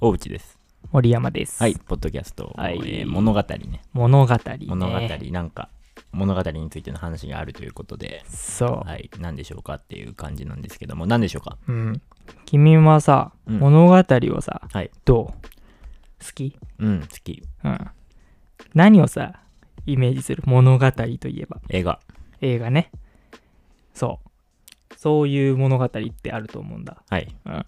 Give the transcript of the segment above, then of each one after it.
大内です。森山です。はい、ポッドキャスト、はいえー物語ね。物語、ね。物語、なんか、物語についての話があるということで、そう。はい、何でしょうかっていう感じなんですけども、何でしょうかうん。君はさ、うん物語をさ、はい。どう好きうん、好き。うん。何をさ、イメージする物語といえば、映画。映画ね。そう。そういう物語ってあると思うんだ。はい。うん。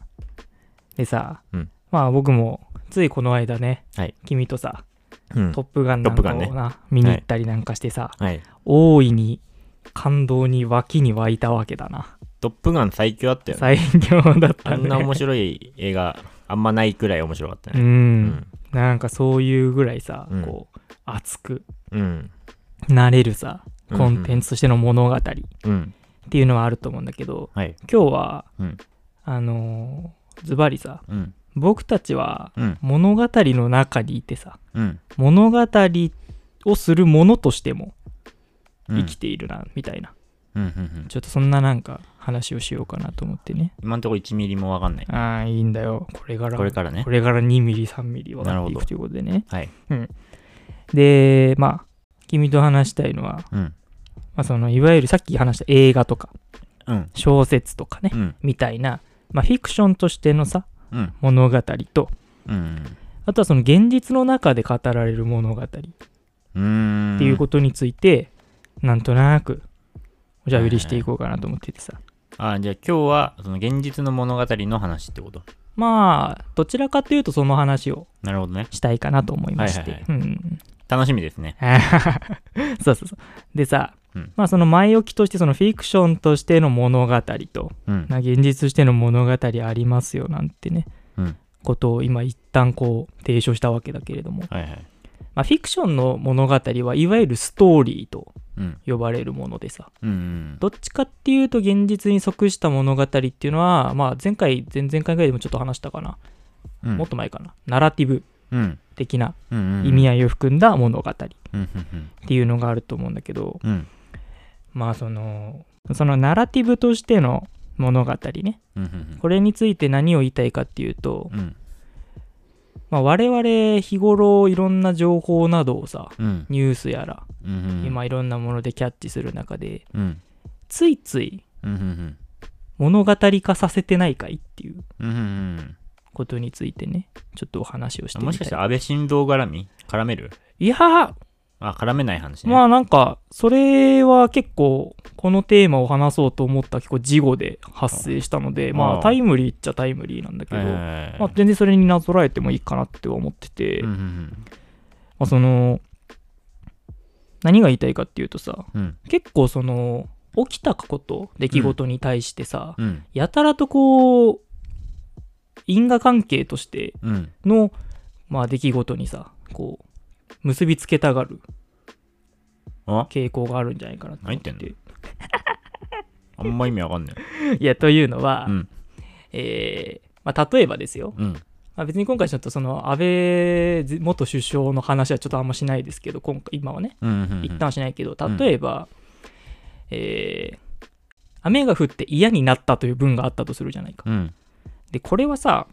でさ、うんまあ僕も、ついこの間ね、はい君とさ、うんトップガンなんトッかプガンねをな、見に行ったりなんかしてさ、はい。大いに感動に沸きに沸いたわけだな。トップガン最強だったよね。最強だったあね。んな面白い映画、あんまないくらい面白かったう。。ね。うんなんかそういうぐらいさ、うんこう、熱くうん。なれるさ、うんコンテンツとしての物語っうん。ていうのはあると思うんだけど、はい。今日は、うんあのーズバリさ、うん。僕たちはうん。物語の中にいてさ、うん。物語をするものとしてもうん生きているな、みたいな。うんうんうん。ちょっとそんななんか話をしようかなと思ってね。今んとこ1ミリもわかんない。ああ、いいんだよ。これから。これからねこ。れから2ミリ、3ミリ分かっていなるほくどということでね。はい。で、まあ、君と話したいのは、うん。まあ、そのいわゆるさっき話した映画とかうん。小説とかね、うん。みたいな、まあ、フィクションとしてのさうん。物語とうん。あとはその現実の中で語られる物語ってうん。いうことについて、なんとなくおしゃべりしていこうかなと思っててさ、あじゃあ今日はその現実の物語の話ってことまあどちらかというとその話をなるほどねしたいかなと思いまして、はいうん楽しみですね そうそうそうでさ、うんまあその前置きとしてそのフィクションとしての物語とうんまあ現実としての物語ありますよなんてね、うんことを今一旦こう提唱したわけだけれども、はいはいまあ、フィクションの物語はいわゆるストーリーとうん呼ばれるものでさうんうんどっちかっていうと現実に即した物語っていうのは、まあ、前回前々回ぐらいでもちょっと話したかな、うんもっと前かなナラティブうん的なうんうん意味合いを含んだ物語っうんうんていうのがあると思うんだけど、うんまあそのそのナラティブとしての物語ねうんうんこれについて何を言いたいかっていうと、うんまあ、我々日頃いろんな情報などをさうんニュースやら、うんうん今いろんなものでキャッチする中でうんついついうんうんうん物語化させてないかいっていううんうんことについてねちょっとお話をしうてんみたいもしかして安倍晋三絡み絡めるいやーあ絡めない話ねまあなんかそれは結構このテーマを話そうと思った結構事後で発生したのであまああタイムリーっちゃタイムリーなんだけど、えまあ、全然それになぞらえてもいいかなっては思ってて、うんまうんあ、その何が言いたいかっていうとさ、うん結構その起きたこと出来事に対してさ、うんやたらとこう因果関係としてうんの、まあ、出来事にさこう結びつけたがるあ傾向があるんじゃないかなと思って何て言あんま意味わかんないいやというのは、うんえーまあ、例えばですよ、うんまあ、別に今回ちょっとその安倍元首相の話はちょっとあんましないですけど今回今はねうんうんうん一旦はしないけど、うん例えば、えー雨が降って嫌になったという文があったとするじゃないか。うんで、これはさ、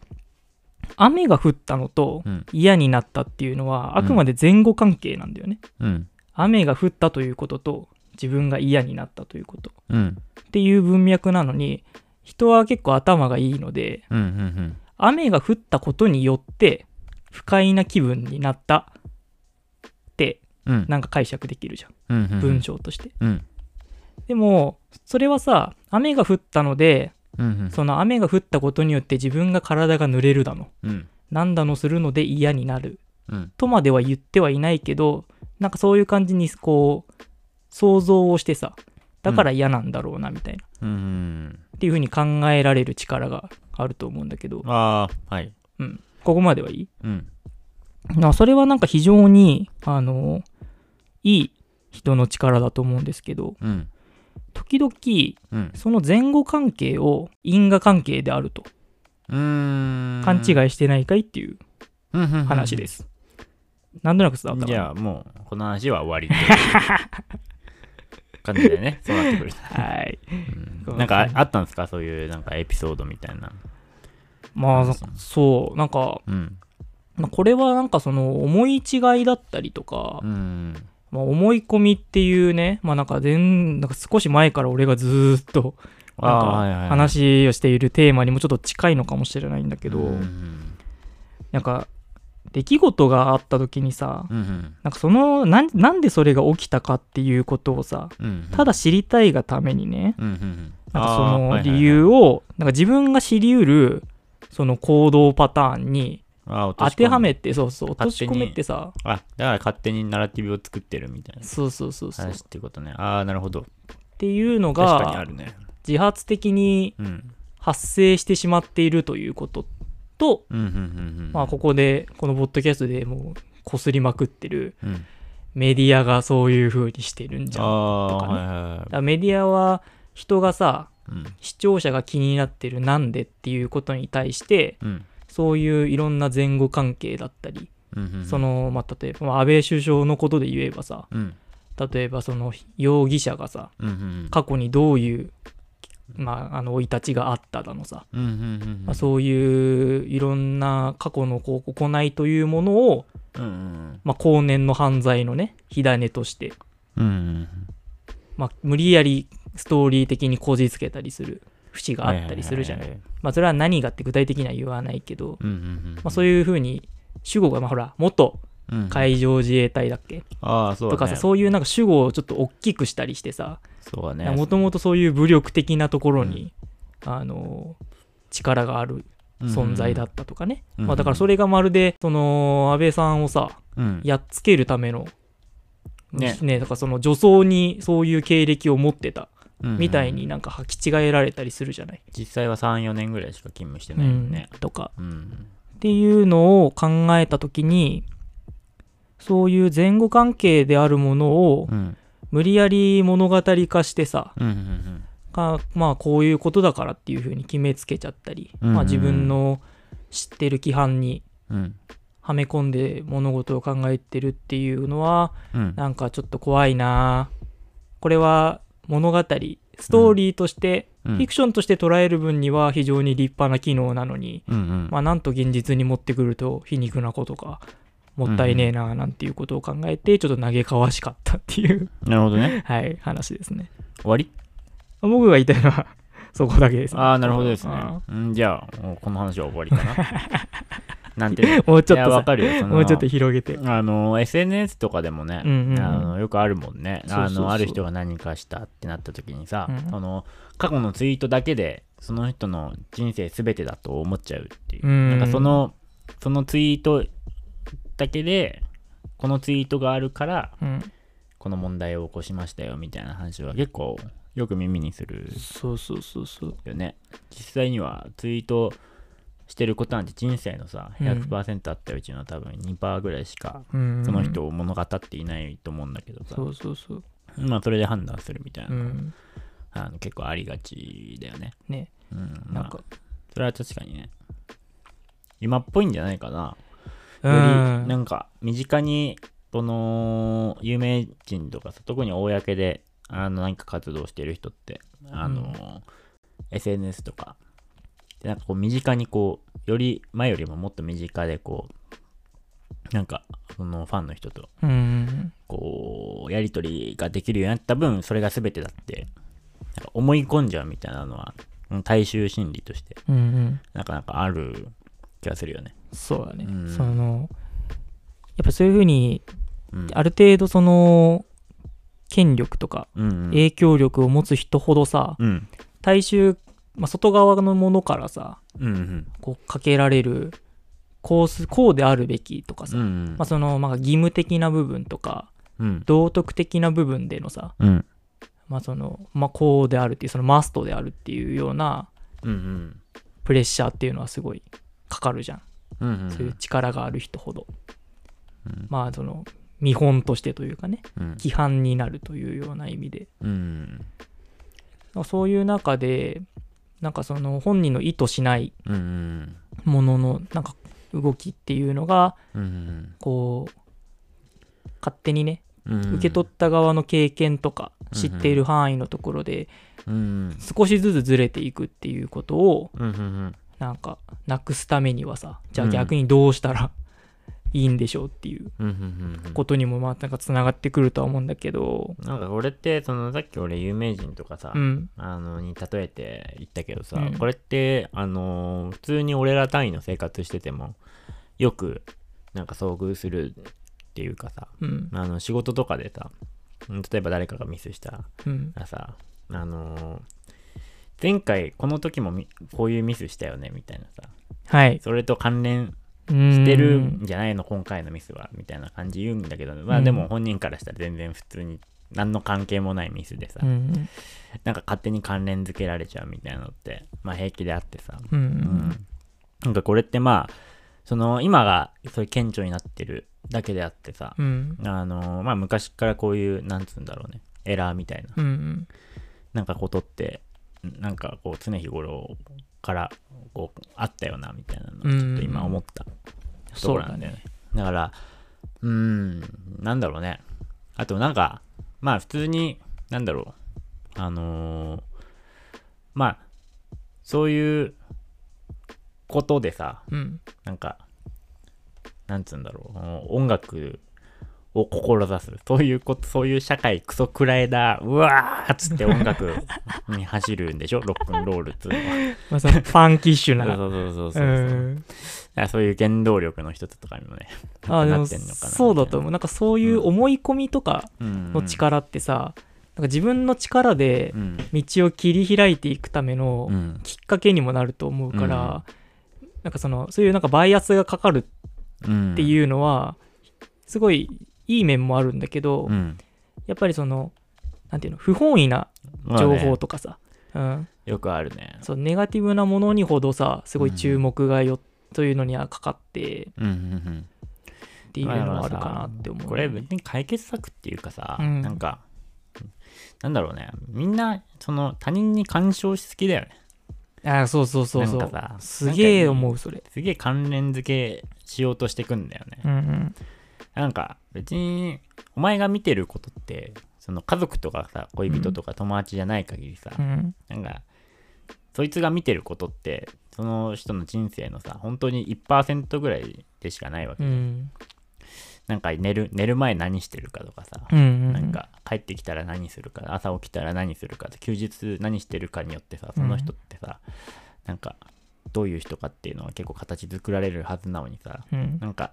雨が降ったのとうん嫌になったっていうのは、うんあくまで前後関係なんだよね。うん雨が降ったということと、自分が嫌になったということうんっていう文脈なのに、人は結構頭がいいので、うんうんうん雨が降ったことによって、不快な気分になったって、うんなんか解釈できるじゃん、うんうんうん文章として。うんでも、それはさ、雨が降ったので、うんうんその雨が降ったことによって自分が体が濡れるだの、うんなんだのするので嫌になるうんとまでは言ってはいないけど、なんかそういう感じにこう、想像をしてさ、だから嫌なんだろうなみたいな、うんうんっていう風に考えられる力があると思うんだけど、ああはいうん、ここまではいいうんなそれはなんか非常に、あの、いい人の力だと思うんですけど、うん時々、うんその前後関係を因果関係であるとうーん勘違いしてないかいっていう話ですす。なんとなく伝わったかじなゃあもうこの話は終わりという感じでねそうなってくるはい。うんなんかああったんですかそういうなんかエピソードみたいなまああなそうそうなんか、うんまあ、これはなんかその思い違いだったりとか、うんまあ、思い込みっていうねまあなんか全なんか少し前から俺がずーっとあなんーはいはいはかい話をしているテーマにもちょっと近いのかもしれないんだけど、うんなんか出来事があった時にさうんうんなんかそのなんなんでそれが起きたかっていうことをさうんただ知りたいがためにねうんうんなんかその理を由をなんか自分が知りうるその行動パターンに当てはめてそうそう落とし勝手に込めてさあだから勝手にナラティブを作ってるみたいなそうそうそうそうっ話っていうことねああなるほどていうの確かにがあるね自発的にうん発生してしまっているということと、うんうんうんうんまあ、ここでこのポッドキャストでもうこすりまくってるうんメディアがそういう風にしてるんじあゃん。だかとあかねはいはいはいらメディアは人がさうん視聴者が気になってるなんでっていうことに対してうんそういういろんな前後関係だったり、うんうんその、まあ、例えば、まあ安倍首相のことで言えばさうん例えばその容疑者がさうんうん過去にどういうまああの生い立ちがあっただのさうんうんうんまあ、そういういろんな過去のこう行いというものを、うんうんまあ、後年の犯罪のね火種として、うんうんまあ、無理やりストーリー的にこじつけたりする節があったりするじゃない,、はいはいはいまあ、それは何がって具体的には言わないけど、うんうんまあ、そういうふうに主語が、まあ、ほら元うん海上自衛隊だっけ、ああそうだねとかさそういうなんか主語をちょっと大きくしたりしてさそうだねもともとそういう武力的なところに、あの力がある存在だったとかね、うんうんまあ、だからそれがまるでその安倍さんをさうんやっつけるためのねねだからその女装にそういう経歴を持ってたうんうんみたいになんか履き違えられたりするじゃない、実際は34年ぐらいしか勤務してうないよんねとかうんっていうのを考えた時にそういう前後関係であるものをうん無理やり物語化してさうんうんかまあこういうことだからっていうふうに決めつけちゃったり、うんうんまあ、自分の知ってる規範にうんうんはめ込んで物事を考えてるっていうのはうんなんかちょっと怖いなあこれは物語ストーリーとして、うんフィクションとして捉える分には非常に立派な機能なのに、うんうんまあ、なんと現実に持ってくると皮肉なことかもったいねえなあなんていうことを考えてちょっと嘆かわしかったっていう、なるほどねはい、話ですね終わり僕が言いたいのはそこだけですね、ああなるほどですねあうんじゃあもうこの話は終わり かななんてねもうちょっといやわさかるよそのもうちょっと広げてあの SNS とかでもね、うんうんうんあのよくあるもんねそうそうそうあのある人が何かしたってなった時にさ、うんその過去のツイートだけでその人の人生全てだと思っちゃうっていう、うんなんかそのそのツイートだけでこのツイートがあるからうんこの問題を起こしましたよみたいな話は結構よく耳にするそうそうそうそうよね実際にはツイートしてることなんて人生のさうん100%あったうちの多分2%ぐらいしかうんその人を物語っていないと思うんだけどさ、そうそうそうまあそれで判断するみたいな、うんあの結構ありがちだよね。ねうん、なんまかあ、それは確かにね、今っぽいんじゃないかな。うよんり、なんか、身近に、この、有名人とかさ、特に公で、あの、なんか活動してる人って、あの、SNS とか、でなんかこう、身近にこう、より、前よりももっと身近で、こう、なんか、その、ファンの人とうんこうやり取りができるようになった分それが全てだってなんか思い込んじゃうみたいなのはうん大衆心理としてうんうんなかなかある気がするよね。そうだね、うんそのやっぱそういうふうにうん、ある程度その権力とかうんうん影響力を持つ人ほどさうん大衆、まあ、外側のものからさうんうんこうかけられるこうすこうであるべきとかうさ、んうんまあ、その、まあ、義務的な部分とかうん道徳的な部分でのさ、うんまあそのまあ、こうであるっていうそのマストであるっていうようなうんうんプレッシャーっていうのはすごいかかるじゃんうんうんそういう力がある人ほど、うんまあその見本としてというかねうん規範になるというような意味でうんまあそういう中でなんかその本人の意図しないうんうんもののなんか動きっていうのがうんこう勝手にねうん受け取った側の経験とかうん知っている範囲のところでうん少しずつずれていくっていうことをうんうんうんなんかなくすためにはさじゃあ逆にどうしたら いいんでしょうっていううんうんうんことにもまあなんかつながってくるとは思うんだけどなんか俺ってそのさっき俺有名人とかさ、うんあのに例えて言ったけどさ、うんこれってあのー普通に俺ら単位の生活しててもよくなんか遭遇するっていうかさうんあの仕事とかでさうん例えば誰かがミスしたうんらさあのー前回この時もみこういうミスしたよねみたいなさはいそれと関連ししてるんじゃないの今回のミスはみたいな感じ言うんだけど、まうあんでも本人からしたら全然普通に何の関係もないミスでさ、うんなんか勝手に関連付けられちゃうみたいなのってまあ平気であってさ、うんううんんなんかこれってまあその今がそういう顕著になってるだけであってさ、うんあのまあ昔からこういうなんつうんだろうねエラーみたいなうんなんかことってなんかこう常日頃からこうあったよなみたいなのをちょっと今思ったとこそうろなだんだよねね。だから、うーん、なんだろうね。あとなんか、まあ普通に、なんだろう。あのーまあ、そういうことでさ、うんなんか、なんつうんだろう。音楽を志す。そういうこと、そういう社会クソくらえだ、うわーっつって音楽に走るんでしょロックンロールっつうのは。まあそのファンキッシュな そうそうそうそうそう。うんだからそういう原動力の一つとかにもね、あーでなもってんのかなそうだと思うなんかそういう思い込みとかうんの力ってさなんか自分の力でうん道を切り開いていくためのうんきっかけにもなると思うから、なんかそのそういうなんかバイアスがかかるうん、っていうのは、すごいいい面もあるんだけど、うんやっぱりそのなんていうの不本意なまあね情報とかさ、うん、よくあるね。そうネガティブなものにほどさすごい注目がよ、というのにはかかってうんうんっていうのはあるかなって思う、うん、これ別に解決策っていうかさ、うんなんかなんだろうねみんなその他人に干渉し好きだよねあーそうそうそうそなんうかさすげなえんか思うそれ、すげえ関連付けしようとしてくんだよね、うんうん、なんか別にお前が見てることってその家族とかさ恋人とか友達じゃない限りさ、うんなんかそいつが見てることってその人の人生のさ本当に1%ぐらいでしかないわけうでんなんか寝る寝る前何してるかとかさ、うんうんなんか帰ってきたら何するか朝起きたら何するか休日何してるかによってさその人ってさ、なんかどういう人かっていうのは結構形作られるはずなのにさうんなんか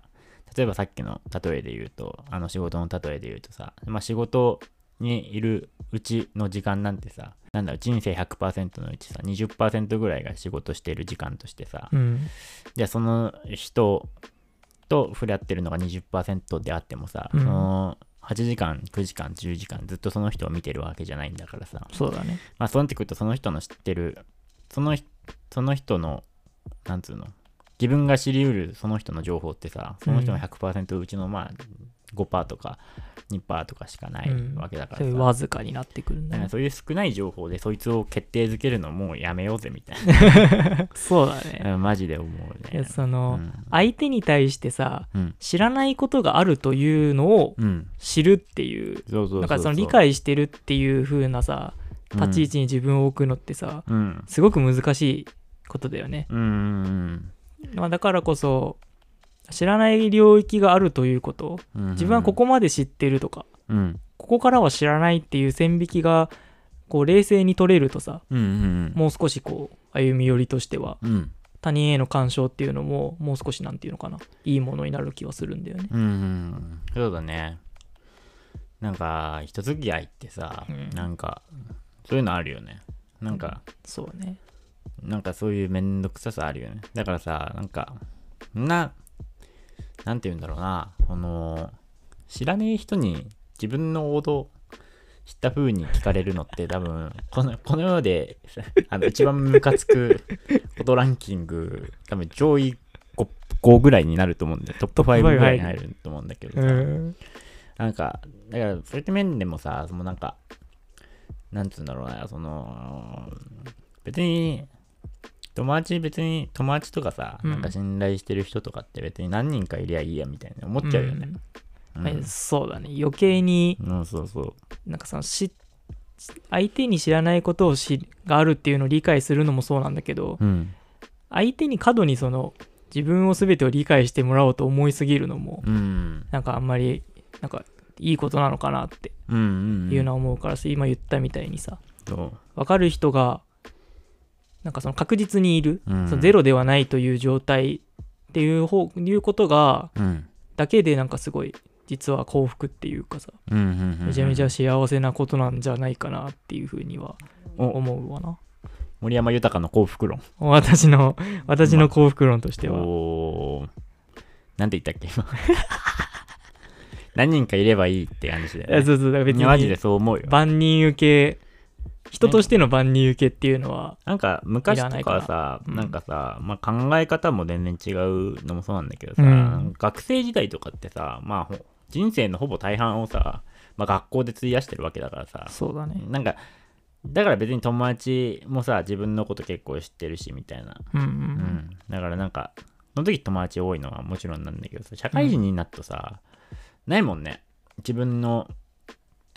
例えばさっきの例えで言うとあの仕事の例えで言うとさ、まあ、仕事にいるうちの時間なんてさなんだろう人生100%のうちさ20%ぐらいが仕事してる時間としてさ、うんじゃあその人と触れ合ってるのが20%であってもさ、うんその8時間9時間10時間ずっとその人を見てるわけじゃないんだからさそうだねまあそうなってくるとその人の知ってるそのひその人のなんつうの自分が知りうるその人の情報ってさその人の100%うちのまあ5%とか2%とかしかないうんわけだからそさ、れわずかになってくるんだかだねらそういう少ない情報でそいつを決定づけるのもうやめようぜみたい そうだね。なうんマジで思ういねやその、うん相手に対してさうん知らないことがあるというのをうん知るっていうそうそうそうそうなんかその理解してるっていう風なさ立ち位置に自分を置くのってさ、うんすごく難しいことだよね。うんうんまあ、だからこそ知らない領域があるということうん自分はここまで知ってるとかうんここからは知らないっていう線引きがこう冷静に取れるとさうんうんもう少しこう歩み寄りとしてはうんうん他人への干渉っていうのももう少しなんていうのかないいものになる気はするんだよね。うんうんそうだねなんか人付き合いってさ、うんなんかそういうのあるよねなんか、そうね。なんかそういうめんどくささあるよねだからさなんかななんて言うんだろうなこの知らねえ人に自分の王道知った風に聞かれるのって多分このこの世であの一番ムカつくことランキング多分上位 5, 5ぐらいになると思うんでトップ5ぐらいに入ると思うんだけどさうん。なんか、だから、そういった面でもさ、そのなんか、なんつうんだろうな、その、別に、友達、別に、友達とかさ、うんなんか信頼してる人とかって別に何人かいりゃいいやみたいな思っちゃうよね。うんはいそうだね。余計にうん、そうそう。なんかそのし相手に知らないことをしがあるっていうのを理解するのもそうなんだけど、うん。相手に過度にその自分を全てを理解してもらおうと思いすぎるのもうん。なんかあんまりなんかいいことなのかなってうんうんうん。いうのは思うからさ今言ったみたいにさそ分かる人がなんかその確実にいる、う。うんそのゼ。ロではないという状態っていう方いうことがうん。だけでなんかすごい実は幸福っていうかさうんうんうん。めちゃめちゃ幸せなことなんじゃないかなっていうふうにはお思うわな森山豊の幸福論。私の私の幸福論としてはおーなんて言ったっけ今。 何人かいればいいって話だいやよ、ね。そうそうだから別いやマジでにそう思うよ。万人受け人としての万人受けっていうのはなんか昔とかはさ、いらなないんかかさ、まあ、考え方も全然違うのもそうなんだけどさ、うん学生時代とかってさ、まあほ、人生のほぼ大半をさ、まあ、学校で費やしてるわけだからさ、そうだねなんか、だから別に友達もさ、自分のこと結構知ってるしみたいな。うんうんうん。だからなんか、その時友達多いのはもちろんなんだけどさ、社会人になるとさ、ないもんね。自分の、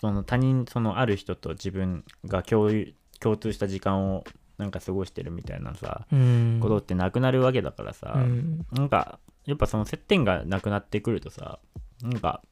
その他人、そのある人と自分が共有、共通した時間をなんか過ごしてるみたいなさ、うんことってなくなるわけだからさ、うんなんか、やっぱその接点がなくなってくるとさ、なんか、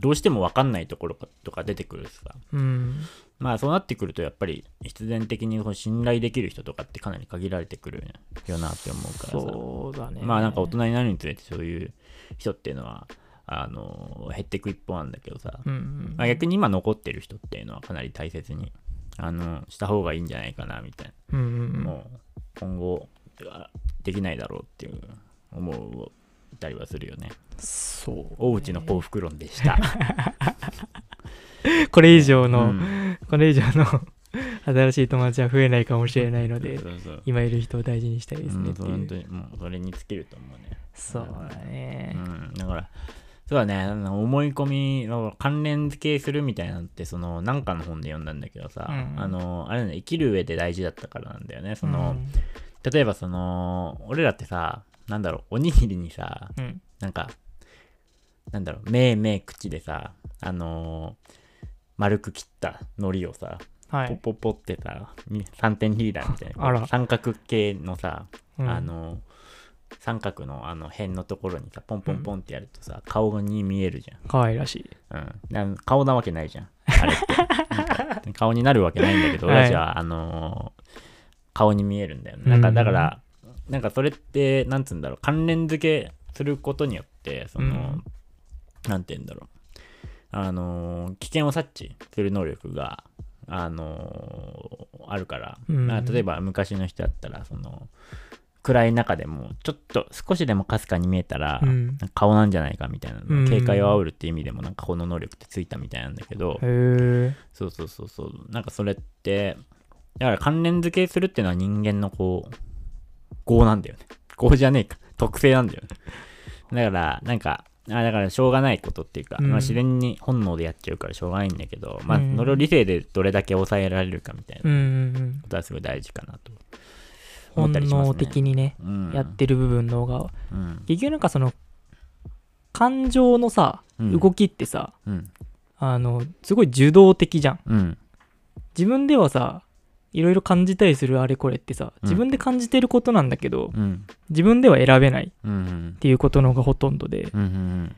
どうしても分かんないところとか出てくるしさ、うんまあそうなってくるとやっぱり必然的にこう信頼できる人とかってかなり限られてくるよなって思うからさ、そうだねまあなんか大人になるにつれてそういう人っていうのはあの減っていく一方なんだけどさ、うんうんまあ、逆に今残ってる人っていうのはかなり大切にあのした方がいいんじゃないかなみたいうんうな、んもう今後はできないだろうっていう思うたりはするよねそう大内の幸福論で した、これ以上の、うんこれ以上の新しい友達は増えないかもしれないのでそうそう今いる人を大事にしたいですうねっんてそういう、本当にもうそれに尽きると思うねそうだね、うん、だから、そうだね、あの思い込みの関連付けするみたいなのって、その、なんかの本で読んだんだけどさ、うんあの、あれだね、生きる上で大事だったからなんだよね。その、例えばその、俺らってさ、なんだろう、おにぎりにさ、うん、うんなんか、なんだろう、めいめい口でさ、あのー丸く切った海苔をさ、はポッい、ポッポってさ、3点リーダーみたいあな、ら三角形のさ、うんあの三角のあの辺のところにさポンポンポンってやるとさ、顔に見えるじ可愛らしいゃん、うんなん、顔なわけないじゃんあれってなんか 顔になるわけないんだけどはい俺たちはあのー顔に見えるんだよねうんなんかだから、なんかそれってなんつうんだろう関連付けすることによってその、なんて言うんだろうあのー危険を察知する能力があのーあるから、うんまあ例えば昔の人だったらその暗い中でもちょっと少しでもかすかに見えたら、うんなんか顔なんじゃないかみたいな、うん警戒を煽るって意味でもなんかこの能力ってついたみたいなんだけど、へえそうそうそうそうなんかそれってだから関連付けするっていうのは人間のこう業なんだよね業じゃねえか特性なんだよねだからなんかあだからしょうがないことっていうか、うんまあ、自然に本能でやっちゃうからしょうがないんだけど、まあうんそれを理性でどれだけ抑えられるかみたいなうんうんうんことはすごい大事かなと思本ったりしますね能的にねうんやってる部分の方がうん結局なんかその感情のさうん動きってさ、うんあのすごい受動的じゃんうん自分ではさいろいろ感じたりするあれこれってさん自分で感じてることなんだけど、うん自分では選べないっうんうんていうことの方がほとんどで、うんうん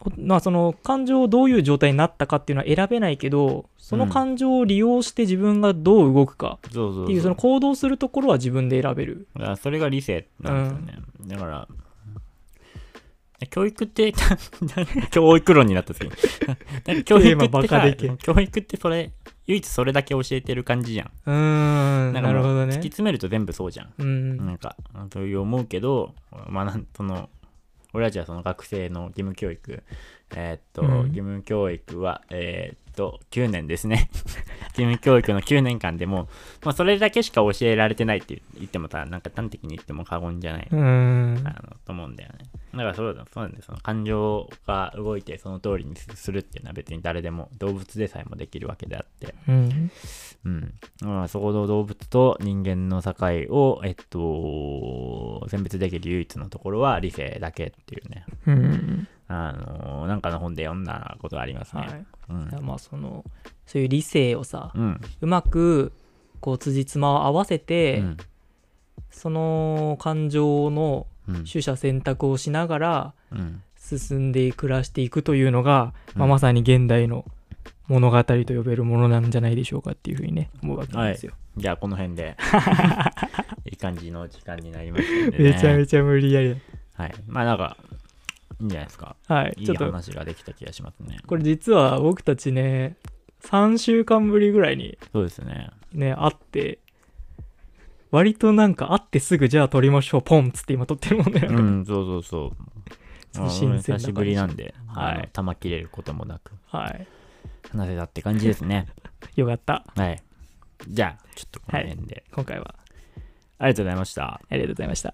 ほまあ、その感情をどういう状態になったかっていうのは選べないけどその感情を利用して自分がどう動くかそうそうっそていううその行動するところは自分で選べるだからそれが理性なんですよね、だから教育って た教育論になった時になんか 教育テーマっバてカでさけ教育ってそれ唯一それだけ教えてる感じじゃんうーんななかんもるうほど突きね詰めると全部そうじゃん、うんなんかそういう思うけどまあなんその俺たちはその学生の義務教育えーっと、うん義務教育はえーっと9年ですね 義務教育の9年間でもう、まあ、それだけしか教えられてないって言ってもさなんか端的に言っても過言じゃない、うーんあのと思うんだよねだからそうだそうなんですその感情が動いてその通りにするっていうのは別に誰でも動物でさえもできるわけであってうんうん。まあ、そこの動物と人間の境を、えっと、選別できる唯一のところは理性だけっていうね。うんあのーなんかの本で読んだことがありますね。はい、うんだから。まあそのそういう理性をさうん。うまくこう辻褄を合わせて、うんその感情のうん取捨選択をしながらうん進んで暮らしていくというのが、まうあ、んまさに現代の物語と呼べるものなんじゃないでしょうかっていうふうにね思うわけなんですよ、じゃあこの辺 でいい感じの時間になりましたんで、ね、めちゃめちゃ無理やりはいまあなんかいいんじゃないですかはいいちょっと話ができた気がしますねこれ実は僕たちね3週間ぶりぐらいにそうですねね会って割となんか会ってすぐじゃあ撮りましょうポンっつって今撮ってるもんね、うんそうそうそうちょっと新鮮な感じ久しぶりなんで、はいはい、玉切れることもなくはい話せたって感じですねよかったはいじゃあちょっとこの辺で、今回はありがとうございましたありがとうございました